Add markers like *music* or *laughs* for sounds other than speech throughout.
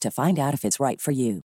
to find out if it's right for you.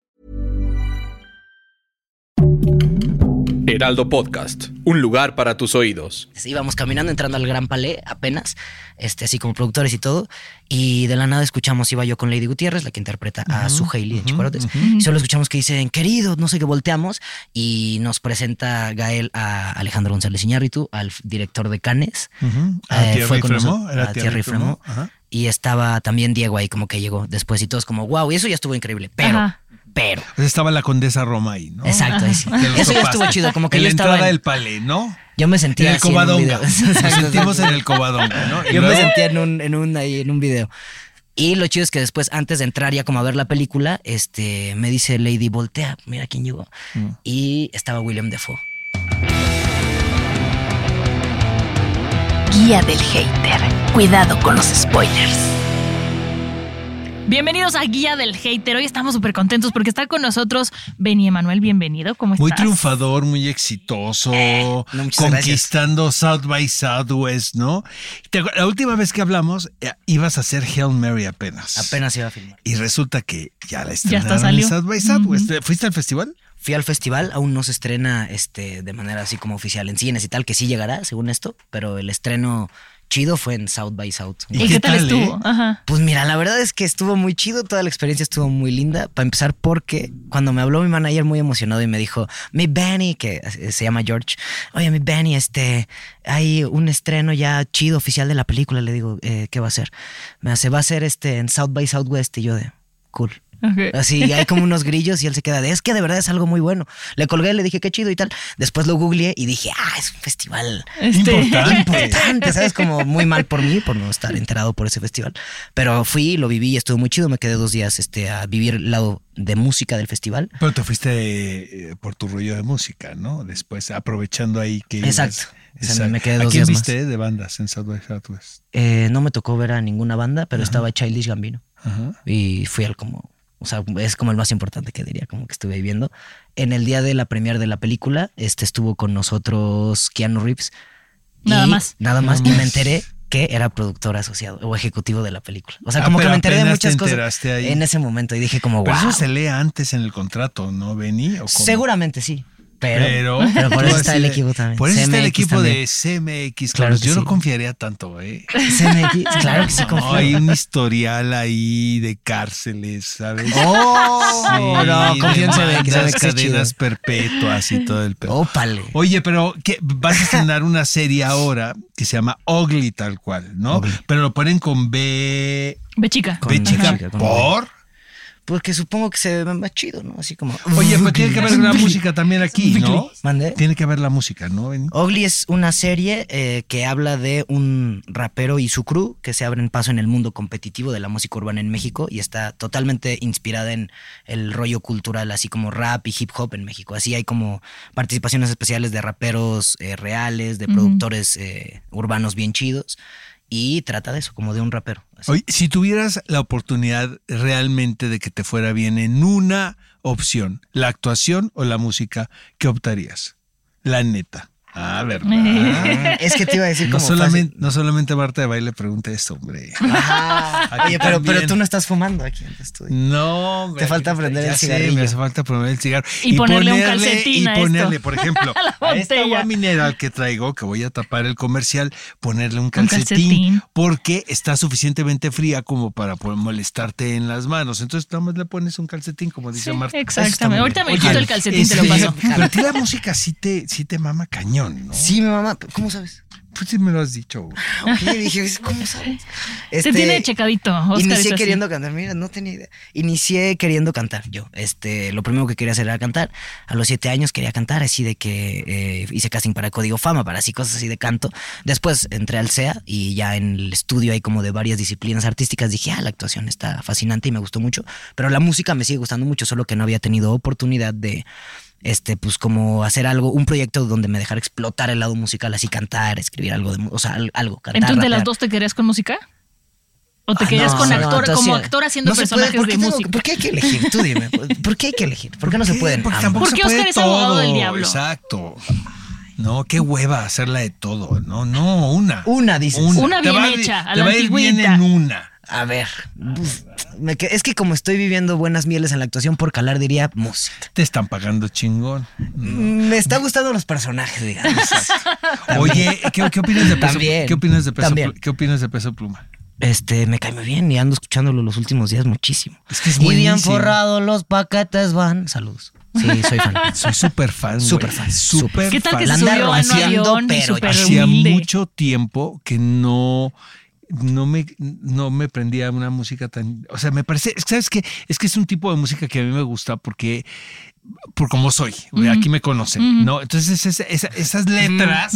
Heraldo Podcast, un lugar para tus oídos. Íbamos caminando, entrando al Gran Palais apenas, este, así como productores y todo, y de la nada escuchamos, iba yo con Lady Gutiérrez, la que interpreta a su Hailey en Chicuarotes, y solo escuchamos que dicen, querido, no sé qué, volteamos, y nos presenta Gael a Alejandro González Iñárritu, al director de Canes. Ujú. Ah, A Thierry Fremont, era a Thierry Thierry Fremont, Fremont, ajá. y estaba también Diego ahí como que llegó después y todos como, wow, y eso ya estuvo increíble, pero, Ajá. pero... Pues estaba la condesa Roma ahí, ¿no? *laughs* Exacto, ahí sí. Te lo eso ya topaste. estuvo chido, como que En yo la estaba entrada en- del palé, ¿no? yo me sentía en el así en un Covadonga. video. Nos sentimos en el Covadonga, ¿no? Y Yo me luego- sentía en un, en un, ahí, en un video. Y lo chido es que después, antes de entrar ya como a ver la película, este, me dice Lady, voltea, mira quién llegó. Mm. Y estaba William Defoe. Guía del hater. Cuidado con los spoilers. Bienvenidos a Guía del Hater. Hoy estamos súper contentos porque está con nosotros Benny Emanuel. Bienvenido, ¿cómo estás? Muy triunfador, muy exitoso, Eh, no, muchas conquistando South by Southwest, ¿no? Te acu- la última vez que hablamos, eh, ibas a hacer Hail Mary apenas. Apenas iba a filmar. Y resulta que ya la Ya hasta estrenaron en salió. South by Southwest. ¿Fuiste al festival? Fui al festival, aún no se estrena este, de manera así como oficial en cines y tal, que sí llegará, según esto, pero el estreno chido fue en South by South. ¿Y qué, tal, estuvo? eh? Ajá. Pues mira, la verdad es que estuvo muy chido, toda la experiencia estuvo muy linda. Para empezar, porque cuando me habló mi manager muy emocionado y me dijo, mi Benny, que se llama George, oye, mi Benny, este, hay un estreno ya chido oficial de la película. Le digo, "Eh, ¿qué va a ser? Me hace, va a ser este en South by Southwest y yo de, cool. Ok. Así hay como unos grillos y él se queda de, es que de verdad es algo muy bueno. Le colgué, le dije, qué chido y tal. Después lo googleé y dije, ah, es un festival Este, Importante. importante, ¿sabes? Como muy mal por mí, por no estar enterado por ese festival. Pero fui, lo viví y estuvo muy chido. Me quedé dos días este, a vivir el lado de música del festival. Pero te fuiste eh, por tu rollo de música, ¿no? Después, aprovechando ahí que... ibas- Exacto. O sea, Exacto. me quedé ¿A dos quién días más. viste de bandas en South by Southwest? Eh, no me tocó ver a ninguna banda, pero estaba Childish Gambino. Ajá. Y fui al como, o sea, es como el más importante que diría, como que estuve viviendo. En el día de la premier de la película, este estuvo con nosotros Keanu Reeves. Nada Y más. Nada más. Nada Y me más. enteré que era productor asociado o ejecutivo de la película. O sea, Ah, como que pero me enteré de apenas muchas te cosas enteraste ahí. en ese momento y dije como, wow. Pero eso se lee antes en el contrato, ¿no, Benny? ¿O cómo? Seguramente sí. Pero, Pero, pero, por tú eso así está el de- equipo también. Por eso está el CMX equipo también. de Claro CMX. Claro, que yo sí. no confiaría *laughs* tanto, ¿eh? CMX, claro que sí No, confío. *laughs* hay un historial ahí de cárceles, ¿sabes? Oh, no, confío en de CMX, mandas, CMX, cadenas chido. perpetuas y todo el pedo. Ópale. Oye, pero que vas a estrenar una serie ahora que se llama Ugly tal cual, ¿no? Ugly. Pero lo ponen con B, Ve chica. *laughs* Con B chica, chica, con por. Porque supongo que se ve más chido, ¿no? Así como. Oye, pues, pero tiene que haber la música también aquí, ¿no? Mande. Tiene que haber la música, ¿no, Benny? Ogly es una serie eh, que habla de un rapero y su crew que se abren paso en el mundo competitivo de la música urbana en México y está totalmente inspirada en el rollo cultural, así como rap y hip hop en México. Así hay como participaciones especiales de raperos eh, reales, de Ujú. productores eh, urbanos bien chidos y trata de eso, como de un rapero. así. Oye, si tuvieras la oportunidad realmente de que te fuera bien en una opción, la actuación o la música, ¿qué optarías? La neta. Ah, *laughs* ¿verdad? Ah, es que te iba a decir *laughs* No como solamente, no solamente Marta de Baile pregunta esto, hombre. fácil. Ajá. *laughs* Aquí Ah, Oye, pero, pero también. tú no estás fumando aquí en el estudio. No, hombre, Te falta aquí está- prender el ya sé, cigarrillo. me hace falta prender el cigarro. Y ponerle un calcetín Y a esto. ponerle, por ejemplo, *laughs* A la a esta agua botella. mineral que traigo, que voy a tapar el comercial, ponerle un calcetín, calcetín. porque está suficientemente fría como para po- molestarte en las manos. Entonces, nada más le pones un calcetín, como dice Sí, Marta. exactamente. Ahorita me Oye, quito el calcetín, te lo *laughs* este, paso. Pero a ti la música sí te, sí te mama cañón, ¿no? Sí, mi mamá. ¿Cómo sabes? Pues sí me lo has dicho. güey. *laughs* Ah, ok, dije, ¿cómo sabes? Este, Se tiene checadito, Oscar. Inicié es así. queriendo cantar, mira, no tenía idea. Inicié queriendo cantar yo. Este, lo primero que quería hacer era cantar. A los siete años quería cantar, así de que eh, hice casting para Código Fama, para así cosas así de canto. Después entré al SEA y ya en el estudio hay como de varias disciplinas artísticas. Dije, ah, la actuación está fascinante y me gustó mucho. Pero la música me sigue gustando mucho, solo que no había tenido oportunidad de, este, pues como hacer algo, un proyecto donde me dejara explotar el lado musical, así cantar, escribir algo, de, mu- o sea, al- algo, cantar. Entonces, ¿de las rapear. dos te querías con música? ¿O te Ah, querías no, con no, actor, entonces- como actor haciendo No se puede, personajes ¿por qué de tengo- música? ¿Por qué hay que elegir? Tú dime. ¿Por qué hay que elegir? ¿Por qué no se Sí, pueden? Porque ambos? tampoco Porque se puede Oscar es todo. abogado del diablo. Exacto. No, qué hueva hacerla de todo. No, no, una. Una, dices. Una Te bien va a ir- hecha, a te la va a ir bien antigüita. en una. A ver. uf, me que- es que como estoy viviendo buenas mieles en la actuación por calar, diría música. Te están *laughs* pagando chingón. Me está gustando los personajes, *laughs* digamos. Oye, ¿qué, qué opinas de peso? También. ¿Qué opinas de peso? También. pl- ¿Qué opinas de peso pluma? Este, me cae muy bien y ando escuchándolo los últimos días muchísimo. Es que es y bien buenísimo. forrados los paquetes van. Saludos. Sí, soy fan. Soy súper fan. güey. Súper fan, súper Súper ¿Qué tal que fan. se Anda subió a un haciendo, avión y pero súper Hacía humilde? mucho tiempo que no, no, me, no me prendía una música tan. O sea, me parece. es que, ¿Sabes qué? Es que es un tipo de música que a mí me gusta porque. Por como soy, aquí me conocen, ¿no? Entonces, esa- esa- esas letras,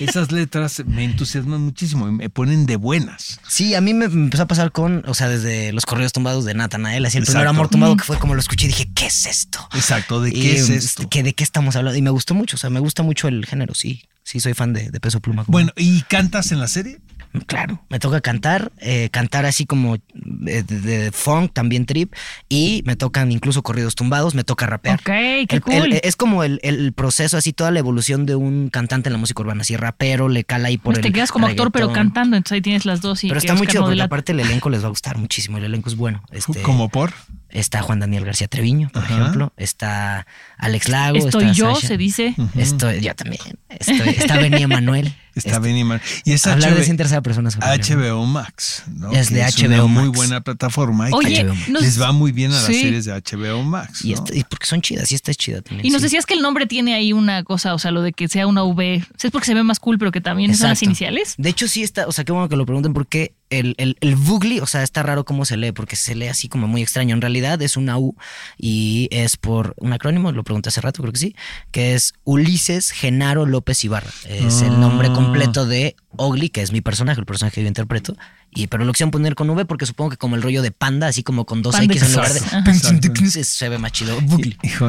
esas letras me entusiasman muchísimo y me ponen de buenas. Sí, a mí me empezó a pasar con, o sea, desde los correos tumbados de Natanael, así el primer Exacto. amor tumbado que fue como lo escuché y dije, ¿qué es esto? Exacto, ¿de Y, qué es esto? este, que ¿De qué estamos hablando? Y me gustó mucho, o sea, me gusta mucho el género, sí. Sí, soy fan de, de Peso Pluma. como- Bueno, ¿y cantas en la serie? claro. Me toca cantar, eh, cantar así como eh, de, de- de funk, también trip, y me tocan incluso corridos tumbados, me toca rapear. Ok, qué El- cool. el- es como el, el proceso, así toda la evolución de un cantante en la música urbana, así rapero, le cala ahí por Pues el te quedas como actor, pero reggaetón. cantando. Entonces ahí tienes las dos y Pero que está muy Oscar chido, porque modela- aparte el elenco les va a gustar muchísimo. El elenco es bueno. Este, ¿Como por? Está Juan Daniel García Treviño, por Ajá. ejemplo. Está Alex Lago. Estoy está yo, Sasha. se dice. Estoy yo también. Estoy- está Benny Manuel. *laughs* Está bien, Iman. Y es este, Hablar HB de sin tercera persona es horrible. HBO Max, ¿no? Es de Que HBO una muy Max. buena plataforma. y que Oye, HBO. nos- les va muy bien a las Sí. series de HBO Max. Y, ¿no? esta- y porque son chidas, y esta es chida también. Y nos sí. decías que el nombre tiene ahí una cosa, o sea, lo de que sea una V. O sea, Es porque se ve más cool, pero que también son las Exacto. iniciales. De hecho, sí está, o sea, qué bueno que lo pregunten porque el, el, el Vugli, o sea, está raro cómo se lee, porque se lee así como muy extraño. En realidad es una U y es por un acrónimo, lo pregunté hace rato, creo que sí, que es Ulises Genaro López Ibarra. Es el nombre completo de Ogli, que es mi personaje, el personaje que yo interpreto. Y, pero lo quisieron poner con V porque supongo que como el rollo de panda, así como con dos Panda X en lugar de... Exacto, Se- Se ve más chido. Vugli. Hijo,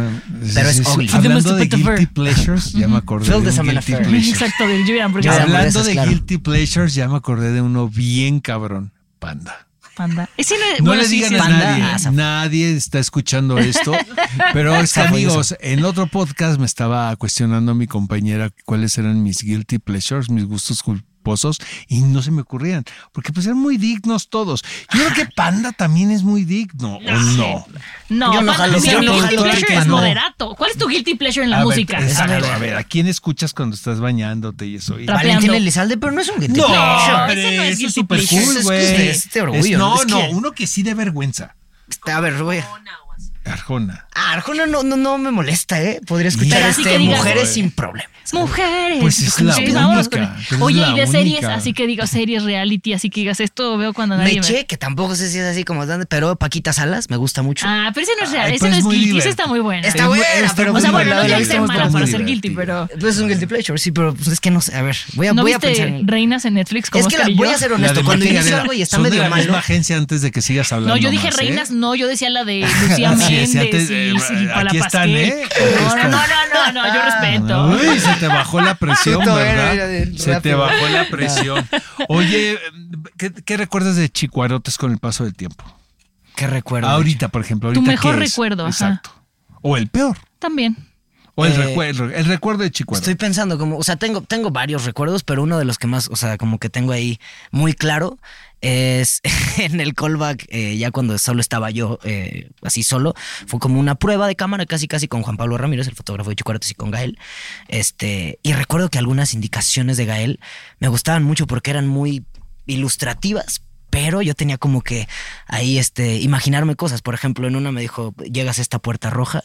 Pero es sí, sí. ugly. Hablando de Phil de guilty Mustapha. pleasures, ya me acordé Phil de de un Summer guilty *laughs* Affair. pleasure. Exacto, del Julian, porque Ya, se llama Hablando hamburguesas, de claro. guilty pleasures, ya me acordé de uno bien cabrón, panda. panda. Ese no, No Eh, bueno, le sí, digan sí, a sí. Panda, nadie, ah, zaf- nadie está escuchando *laughs* esto, pero es que Zafolloso. amigos, en otro podcast me estaba cuestionando mi compañera cuáles eran mis guilty pleasures, mis gustos culposos y no se me ocurrían, porque pues eran muy dignos todos. Yo creo que Panda también es muy digno, ¿o no? No, Yo no panda, jalo, mi yo no guilty jalo, pleasure porque es no. moderato. ¿Cuál es tu guilty pleasure en la A ver, música? exacto, A ver. a ver, ¿a quién escuchas cuando estás bañándote y eso? Y- Trapeando. Valentín Elizalde, pero no es un guilty No, pleasure. hombre, ese no es eso guilty es súper pleasure. cool, Es- güey. es de- es de orgullo, Es- no, es que- no, uno que sí de vergüenza. Está, a ver, voy a- Arjona. Ah, Arjona no, no, no me molesta, ¿eh? Podría escuchar Pero así este que digas- mujeres sin problema. Mujeres. Pues es la Sí, vámonos única, con- pero es Oye, la y de series, única. así que digas series reality, así que digas esto veo cuando nadie me. Meche, que tampoco sé si es así como tan, pero Paquita Salas me gusta mucho. Ah, pero ese no es real, Ay, ese pues no es muy guilty, divertido. ese está muy bueno. Está Es muy- buena, está pero o muy sea, bueno, buena, no la tiene que verdad, ser está mala muy para ser guilty, divertida. pero. Pues es un guilty pleasure, sí, pero pues, es que no sé. A ver, voy a, ¿No voy a viste pensar. en- Reinas en Netflix? Como Es que la, Oscar y voy yo? a ser La honesto. de Cuando Martín inicio Gareda. algo y está Son de medio la misma malo. agencia antes de que sigas hablando. No, yo dije más, ¿eh? reinas, no, yo decía *laughs* la de Lucía *laughs* Sí, sí, Méndez antes eh, de- y, y aquí Paula están, Pasquel. ¿eh? Aquí No, no, están. no, no, no, yo respeto. Uy, se te bajó la *laughs* presión, Siento, era, ¿verdad? era, era, se te rápido. bajó la presión. Oye, ¿qué, qué recuerdas de Chicuarotes con el paso del tiempo? ¿Qué recuerdo? ahorita, por ejemplo. Tu Ahorita, mejor ¿qué es? recuerdo, ajá. Exacto. O el peor. También. O el, Eh, recuerdo, el recuerdo de Chicuero. Estoy pensando como, o sea, tengo, tengo varios recuerdos, pero uno de los que más, o sea, como que tengo ahí muy claro es *laughs* en el callback, eh, ya cuando solo estaba yo eh, así solo, fue como una prueba de cámara casi casi con Juan Pablo Ramírez, el fotógrafo de Chicuartes y con Gael. Este, y recuerdo que algunas indicaciones de Gael me gustaban mucho porque eran muy ilustrativas, pero yo tenía como que ahí este imaginarme cosas. Por ejemplo, en una me dijo, llegas a esta puerta roja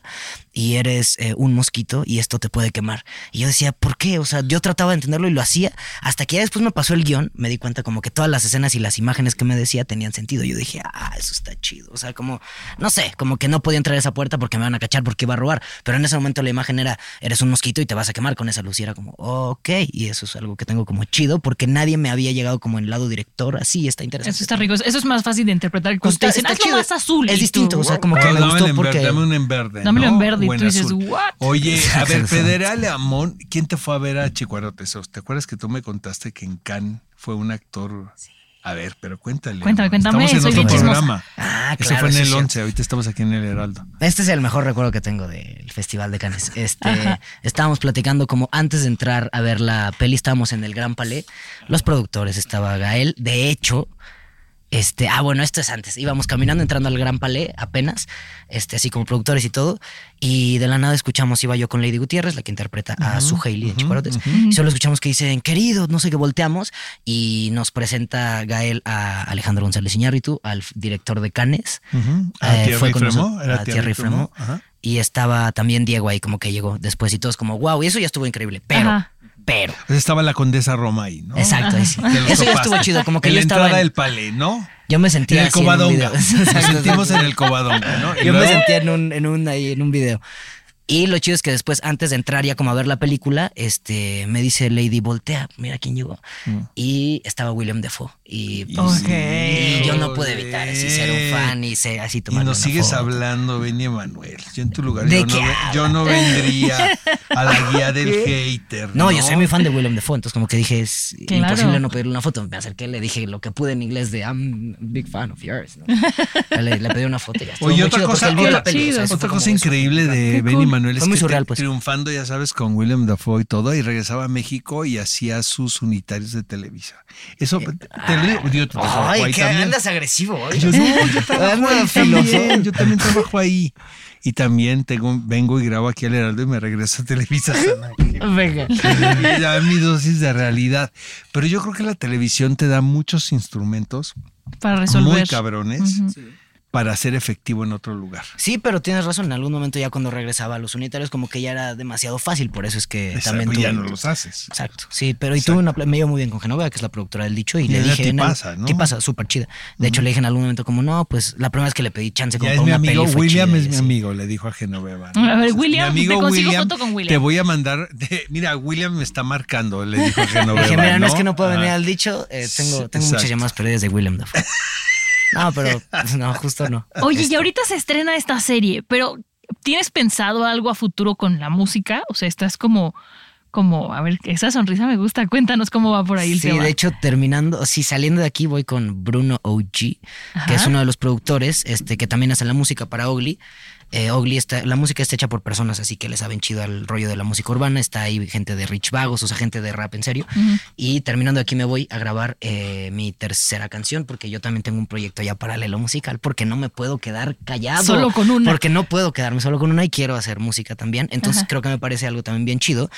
y eres eh, un mosquito y esto te puede quemar. Y yo decía, ¿por qué? O sea, yo trataba de entenderlo y lo hacía. Hasta que ya después me pasó el guión, me di cuenta como que todas las escenas y las imágenes que me decía tenían sentido. Yo dije, ah, eso está chido. O sea, como, no sé, como que no podía entrar a esa puerta porque me van a cachar porque iba a robar. Pero en ese momento la imagen era, eres un mosquito y te vas a quemar con esa luz. Y era como, ok. Y eso es algo que tengo como chido porque nadie me había llegado como en lado director. Así está interesante. Eso está rico. Eso es más fácil de interpretar. que Cuando Este, Pues Está- te dicen, está chido. hazlo más azul. Es y tú, distinto, o sea, como que No, me dámelo gustó en verde, porque... dámelo en verde. Dámelo ¿no? en verde y O en tú dices, azul. "What?" Oh, *laughs* Oye, a ver, Exacto. Federale Amón, ¿quién te fue a ver a Chicuarotes? ¿Te acuerdas que tú me contaste que en Cannes fue un actor? A ver, pero cuéntale. Cuéntame, Amón. cuéntame, Estamos en soy otro bien chismosa. programa. Ah, Eso claro, fue en sí es el cierto. 11, ahorita estamos aquí en el Heraldo. Este es el mejor recuerdo que tengo del Festival de Cannes. Este, estábamos platicando como antes de entrar a ver la peli, estábamos en el Gran Palais. Los productores estaba Gael. De hecho, este, ah, bueno, esto es antes. Íbamos caminando, entrando al Gran Palais apenas, este, así como productores y todo. Y de la nada escuchamos, iba yo con Lady Gutiérrez, la que interpreta a su Hailey en Chicuarotes. Y solo escuchamos que dicen, querido, no sé qué, volteamos. Y nos presenta Gael a Alejandro González Iñárritu, al f- director de Cannes. Ujú. A Eh, Thierry fue con Fremont, noso- era a Thierry Fremont. Ajá. Y estaba también Diego ahí, como que llegó después y todos como, wow, y eso ya estuvo increíble. Pero, Ajá. pero. O sea, estaba la condesa Roma ahí, ¿no? Exacto, ahí sí. Te lo Eso ya topaste. estuvo chido, como que En yo la estaba entrada en- del palé, ¿no? Yo me sentía en el así en un Covadonga. video. *laughs* Nos sentimos en el Covadonga, ¿no? Y Yo me luego- sentía en un, en un, ahí, en un video. Y lo chido es que después, antes de entrar ya como a ver la película, este, me dice Lady, voltea, mira quién llegó. Mm. Y estaba William Defoe. Y, pues, Ok. y yo no pude evitar así ser un fan y ser así Y tomar nos sigues hablando, Benny Emanuel. Yo en tu lugar ¿De yo no, qué ve- yo no vendría a la guía del hater. No, yo soy muy fan de William Defoe, entonces como que dije, es Claro. imposible no pedirle una foto. Me acerqué, le dije lo que pude en inglés de I'm a big fan of yours. ¿no? le, le pedí una foto y ya. estuvo Oye, muy otra chido, cosa, porque él vio otra- la peli, o sea, eso otra fue cosa como- increíble de Benny Manuel es Fue muy que surreal, te- pues. triunfando, ya sabes, con William Dafoe y todo, y regresaba a México y hacía sus unitarios de Televisa. Eso, te lo digo, yo trabajo Eh, Ah, Ay, ahí que también. andas agresivo hoy. Yo, no, yo trabajo Anda ahí filósofo. también, yo también trabajo ahí. Y también tengo, vengo y grabo aquí al Heraldo y me regreso a Televisa. San Ángel. Venga. *laughs* Y da mi dosis de realidad. Pero yo creo que la televisión te da muchos instrumentos Para resolver. muy cabrones para ser efectivo en otro lugar. Sí, pero tienes razón. En algún momento ya cuando regresaba a los unitarios, como que ya era demasiado fácil. Por eso es que Esa- también pues tuve- ya no los haces. Exacto, sí, pero y tuve una, pla- me llevo muy bien con Genoveva, que es la productora del dicho, y, Y le era dije, en al- tipaza, ¿no? tipaza, súper chida. De hecho, le dije en algún momento como, no, pues la primera vez que le pedí chance como Ya es para mi una amigo, peli fue William chida, y es mi así. amigo, le dijo a Genoveva. A ver, Entonces, William, mi amigo te consigo William, foto con William. Te voy a mandar, mira, William me está marcando, le *laughs* dijo a Genoveva. Ah, Le dije, mira, no, es que no puedo Ajá. venir al dicho, eh, tengo, Sí, tengo muchas exacto. llamadas perdidas de William *laughs* Dafoe. No, pero pues, no, justo no. Este, Oye, y ahorita se estrena esta serie, pero ¿tienes pensado algo a futuro con la música? O sea, estás como, como, a ver, esa sonrisa me gusta. Cuéntanos cómo va por ahí el Sí, tema. de hecho, terminando, sí, saliendo de aquí voy con Bruno OG, Ajá. que es uno de los productores, este, que también hace la música para Ogli. Eh, Ogli está, la música está hecha por personas, así que le saben chido al rollo de la música urbana. Está ahí gente de Rich Vagos, o sea, gente de rap en serio. Y terminando aquí me voy a grabar eh, mi tercera canción, porque yo también tengo un proyecto ya paralelo musical, porque no me puedo quedar callado. Solo con una. Porque no puedo quedarme solo con una y quiero hacer música también. Entonces Ajá. creo que me parece algo también bien chido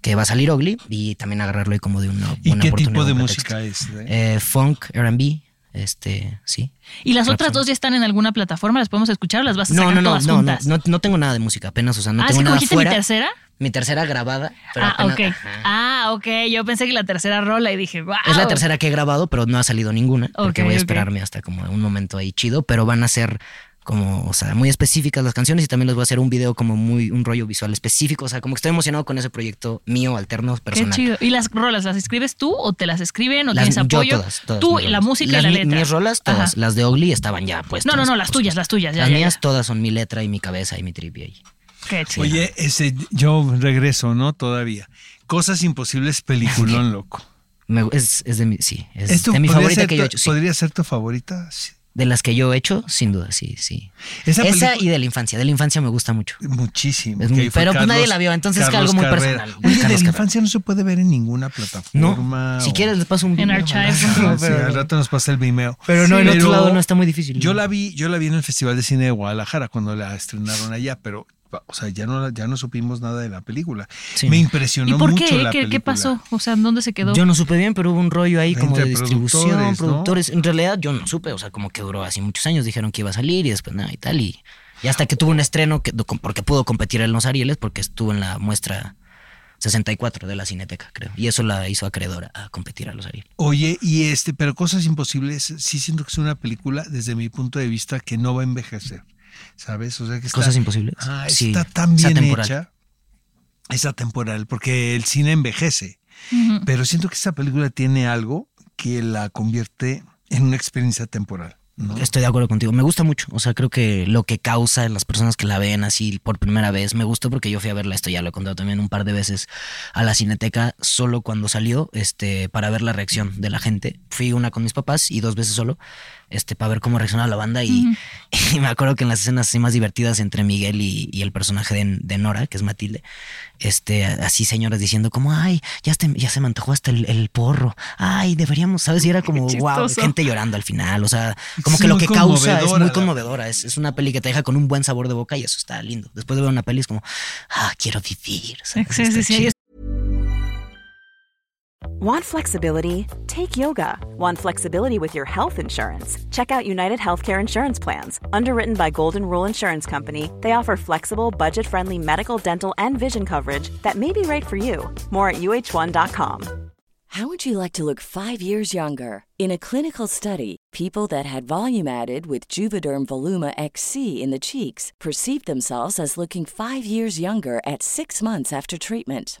que va a salir Ogli y también agarrarlo ahí como de una ¿Y buena qué oportunidad, tipo de un pretexto. música es? eh? Eh, funk, RB, este, sí. ¿Y las Rap otras song. dos ya están en alguna plataforma? ¿Las podemos escuchar o las vas a No, sacar no, no, todas no, no, juntas? no, no tengo nada de música apenas, o sea, no ah, tengo ¿sí nada cogiste fuera. mi tercera? Mi tercera grabada, pero ah, apenas- ok. ajá. Ah, ok. Yo pensé que la tercera rola y dije, wow. Es la tercera que he grabado, pero no ha salido ninguna. Porque Ok, voy a ok. esperarme hasta como un momento ahí chido, pero van a ser como, o sea, muy específicas las canciones y también les voy a hacer un video como muy, un rollo visual específico. O sea, como que estoy emocionado con ese proyecto mío, alterno, Qué personal. chido. ¿Y las rolas las escribes tú o te las escriben o Las- tienes yo apoyo? todas, todas tú, mis la rolas. música Las y la mi- letra. Mis rolas, Ajá. todas. Las de Ogli estaban ya puestas. No, no, no, las puestas. tuyas, las tuyas. Ya, las ya, ya. mías todas son mi letra y mi cabeza y mi trivia. ahí. Qué chido. Oye, ese, yo regreso, ¿no? Todavía. Cosas imposibles, *laughs* peliculón, loco. Me- es, es de mi, sí, es ¿Esto de mi podría favorita ser que yo he tu- hecho. sí. ¿Podría ser tu favorita? Sí. De las que yo he hecho, sin duda, sí, sí. Esa, Esa película- y de la infancia. De la infancia me gusta mucho. Muchísimo. Es que muy- ahí fue pero, pues, nadie la vio, entonces es que algo muy Carrera. personal. Oye, de Carlos la Carrera. infancia no se puede ver en ninguna plataforma. No. Si o- quieres, les paso un En video, Archive. *laughs* ¿no? Ajá, *laughs* sí, Pero- al rato nos pasa el Vimeo. Pero no, en otro lado no está muy difícil. Yo la vi, yo la vi en el Festival de Cine de Guadalajara cuando la estrenaron allá, pero o sea, ya no, ya no supimos nada de la película. Sí. Me ¿Y impresionó por mucho qué? la ¿Qué, película. qué pasó? O sea, ¿dónde se quedó? Yo no supe bien, pero hubo un rollo ahí como de Entre distribución, productores, productores. ¿no? En realidad yo no supe, o sea, como que duró así muchos años. Dijeron que iba a salir y después nada y tal. Y, y hasta que tuvo un estreno que, porque pudo competir en los Arieles, porque estuvo en la muestra 64 de la Cineteca, creo. Y eso la hizo acreedora a competir a los Arieles. Oye, y este, pero Cosas Imposibles, sí siento que es una película, desde mi punto de vista, que no va a envejecer. ¿Sabes? O sea que está, Cosas imposibles. Ah, Sí, está tan es bien atemporal. hecha. Es atemporal, porque el cine envejece. Ujú. Pero siento que esta película tiene algo que la convierte en una experiencia temporal. ¿no? Estoy de acuerdo contigo. Me gusta mucho. O sea, creo que lo que causa en las personas que la ven así por primera vez, me gustó porque yo fui a verla, esto ya lo he contado también un par de veces, a la Cineteca solo cuando salió, este, para ver la reacción de la gente. Fui una con mis papás y dos veces solo, este, para ver cómo reaccionaba la banda. Y, *laughs* y me acuerdo que en las escenas así más divertidas entre Miguel y, y el personaje de, de Nora, que es Matilde, este, así señoras diciendo como, ay, ya, este- ya se me antojó hasta el, el porro. Ay, deberíamos, ¿sabes? Y era como, wow, chistoso. gente llorando al final. O sea, como Es que lo muy que causa es conmovedora muy la conmovedora. Es, es una peli que te deja con un buen sabor de boca y eso está lindo. Después de ver una peli es como, ah, quiero vivir. ¿sabes? Sí, sí, Está sí, chido. Want flexibility? Take yoga. Want flexibility with your health insurance? Check out United Healthcare Insurance Plans. Underwritten by Golden Rule Insurance Company, they offer flexible, budget friendly medical, dental, and vision coverage that may be right for you. More at uh1.com. How would you like to look five years younger? In a clinical study, people that had volume added with Juvederm Voluma XC in the cheeks perceived themselves as looking five years younger at six months after treatment.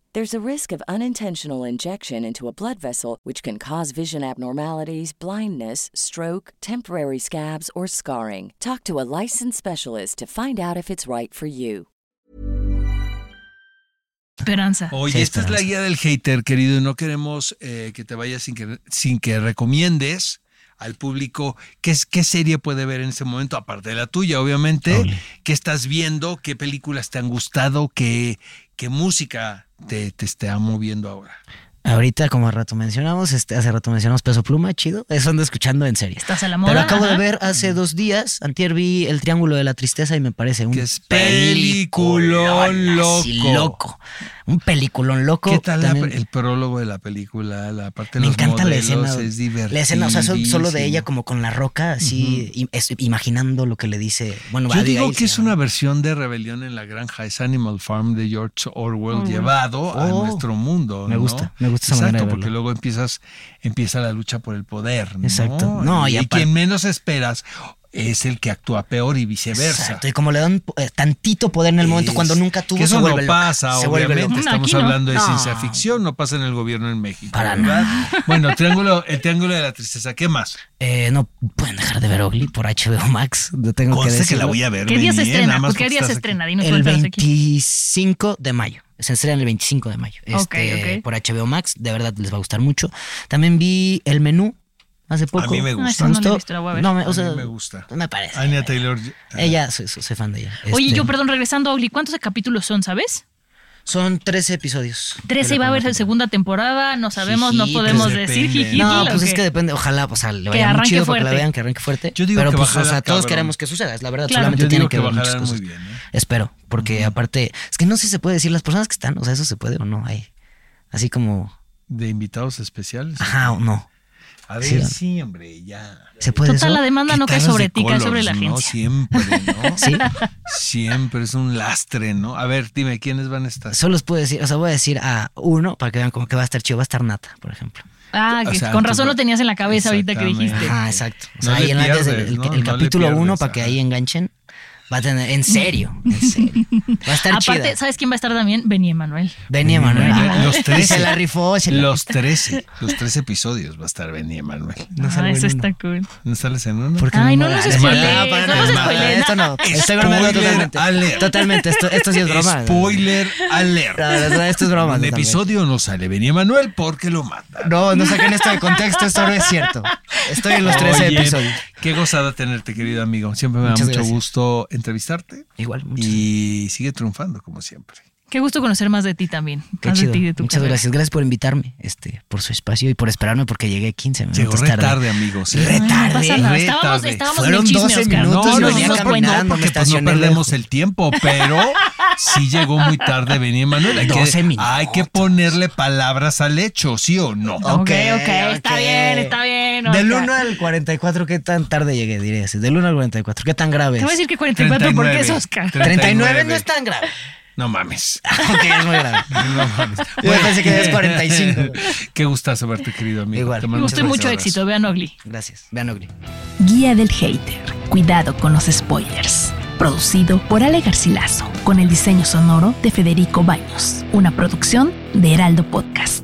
There's a risk of unintentional injection into a blood vessel, which can cause vision abnormalities, blindness, stroke, temporary scabs, or scarring. Talk to a licensed specialist to find out if it's right for you. Esperanza. Oye, Sí, esta es la esperanza. guía del hater, querido, y no queremos eh, que te vayas sin que, sin que recomiendes al público qué, es- qué serie puede ver en este momento, aparte de la tuya, obviamente, Ole. qué estás viendo, qué películas te han gustado, qué, qué música te, te está moviendo ahora. Ahorita, como al rato mencionamos, este, hace rato mencionamos Peso Pluma, chido. Eso ando escuchando en serie. Estás a la moda. Pero acabo de ajá. ver hace dos días, antier vi El Triángulo de la Tristeza y me parece un Que es peliculón así loco. loco. Un peliculón loco. ¿Qué tal la- También- el prólogo de la película? La parte de me los encanta la modelos escena. es divertida. la escena, o sea, sol- solo de ella como con la roca, así im- es- imaginando lo que le dice. Bueno, Yo a digo Abigail que se es llama. una versión de Rebelión en la Granja, es Animal Farm de George Orwell Mm. llevado Oh. a nuestro mundo. Me ¿no? gusta, me gusta esa Exacto, manera de porque verlo. luego empiezas, empieza la lucha por el poder. ¿no? Exacto. No, y y, aparte- quien menos esperas es el que actúa peor y viceversa. Exacto, y como le dan eh, tantito poder en el momento Es- cuando nunca tuvo, que eso se vuelve no loca, pasa, se vuelve obviamente. loca. Estamos loca. No, Mm, aquí no. hablando de No. ciencia ficción, no pasa en el gobierno en México. Para ¿verdad? Bueno, triángulo, el triángulo de la tristeza, ¿qué más? Eh, no pueden dejar de ver Ogly por HBO Max. Lo tengo que Conste que la decirlo. voy a ver. ¿Qué día se Benny, ¿eh? estrena? Nada más ¿Por qué porque día se estás aquí. estrena? Dinos el cuéntanos aquí. 25 de mayo. Se estrena el 25 de mayo. Ok, este, ok. Por HBO Max. De verdad les va a gustar mucho. También vi el menú hace poco. mí me gusta. Ah, esa no la he visto, la voy a ver. No, me, o A sea, mí me gusta. me parece. Anya Taylor. Ella, soy, soy- soy fan de ella. Oye, Este, yo, perdón, regresando a Ogly, ¿cuántos capítulos son, sabes? Son 13 episodios. Trece y va a haber la segunda temporada, no sabemos, no Jiji, podemos pues decir. depende. jiji, No, ¿o pues es qué? que depende. Ojalá, o sea, le Que vaya muy arranque chido para que la fuerte. vean, que arranque fuerte. Yo digo pero que pues, o bajará, sea, todos cabrón. queremos que suceda, es la verdad. Claro. Solamente Yo tienen digo que, que ver muchas bajarán cosas. muy bien, ¿eh? Espero, porque aparte, es que no sé si se puede decir las personas que están, o sea, eso se puede o no. Hay, así como, De invitados especiales. ajá o no. A ver, Sí. Ah, sí, hombre, ya. ¿Se puede Total, pues, eso? la demanda no cae Quitaros sobre de ti, cae colors, sobre la ¿no? agencia. Siempre, *laughs* ¿no? Sí. Siempre es un lastre, ¿no? A ver, dime, ¿quiénes van a estar? Solo os puedo decir, o sea, voy a decir a uno para que vean como que va a estar chido, va a estar Nata, por ejemplo. Ah, O que sea, con tú- razón lo tenías en la cabeza ahorita que Exactamente. dijiste. Ajá, exacto. O No sea, le ahí en antes del- pierdes, el, ¿no? el No le capítulo pierdes, uno para que ajá. ahí enganchen, va a tener, en serio, en serio. Va a estar Aparte, chida. ¿sabes quién va a estar también? Benny Emanuel. Benny Emanuel. Benny ah, Emanuel. Los y Se 13. la rifó. Se la- Los 13, los 13 episodios va a estar Benny Emanuel. No ah, salgo en eso uno. está cool. ¿No sales en uno? Porque Ay, no mola. nos Es spoilees, mala, para no nada, nos es mala. spoilees, Esto no. Estoy bromeando Spoiler totalmente. alert. Totalmente. Esto, esto sí es broma. *laughs* Spoiler alert. No, no, no, esto es broma. Un totalmente. episodio no sale Benny Emanuel porque lo mata. No, no saquen esto de contexto. Esto no es cierto. Estoy en los 13 Oye, episodios. Qué gozada tenerte, querido amigo. Siempre me da Muchas mucho gracias. gusto entrevistarte. Igual, muchas Y sigue triunfando, como siempre. Qué gusto conocer más de ti también. Qué más chido. de ti y de tu Muchas carrera. gracias. Gracias por invitarme, este, por su espacio y por esperarme porque llegué 15 minutos Llegó re tarde, amigos. ¿eh? Re Ay, tarde, no pasa nada. re Estábamos, tarde. estábamos Fueron en el chisme, 12 Oscar. minutos, No, Yo no, venía no, no, caminando, no, me porque pues no estacioné perdemos lejos. el tiempo, *laughs* pero sí llegó muy tarde venía Manuel. Hay, 12 que, minutos. hay que ponerle palabras al hecho, ¿sí o no? Ok, ok, ok. está bien, está bien. Del Oscar. 1 al 44, ¿qué tan tarde llegué? Diría así. Del 1 al 44, ¿qué tan grave Te voy a es? decir que 44 porque es 39. Oscar. 39 no es tan *laughs* grave. No mames. ok, es muy grave. No mames. Yo pensé que es 45. *laughs* Qué gustazo verte, querido amigo. Igual. Te Me mando gustó un mucho abrazo. éxito, vean Ogly. Gracias. Vean Ogri. Guía del Hater. Cuidado con los spoilers. Producido por Ale Garcilaso, con el diseño sonoro de Federico Baños, una producción de Heraldo Podcast.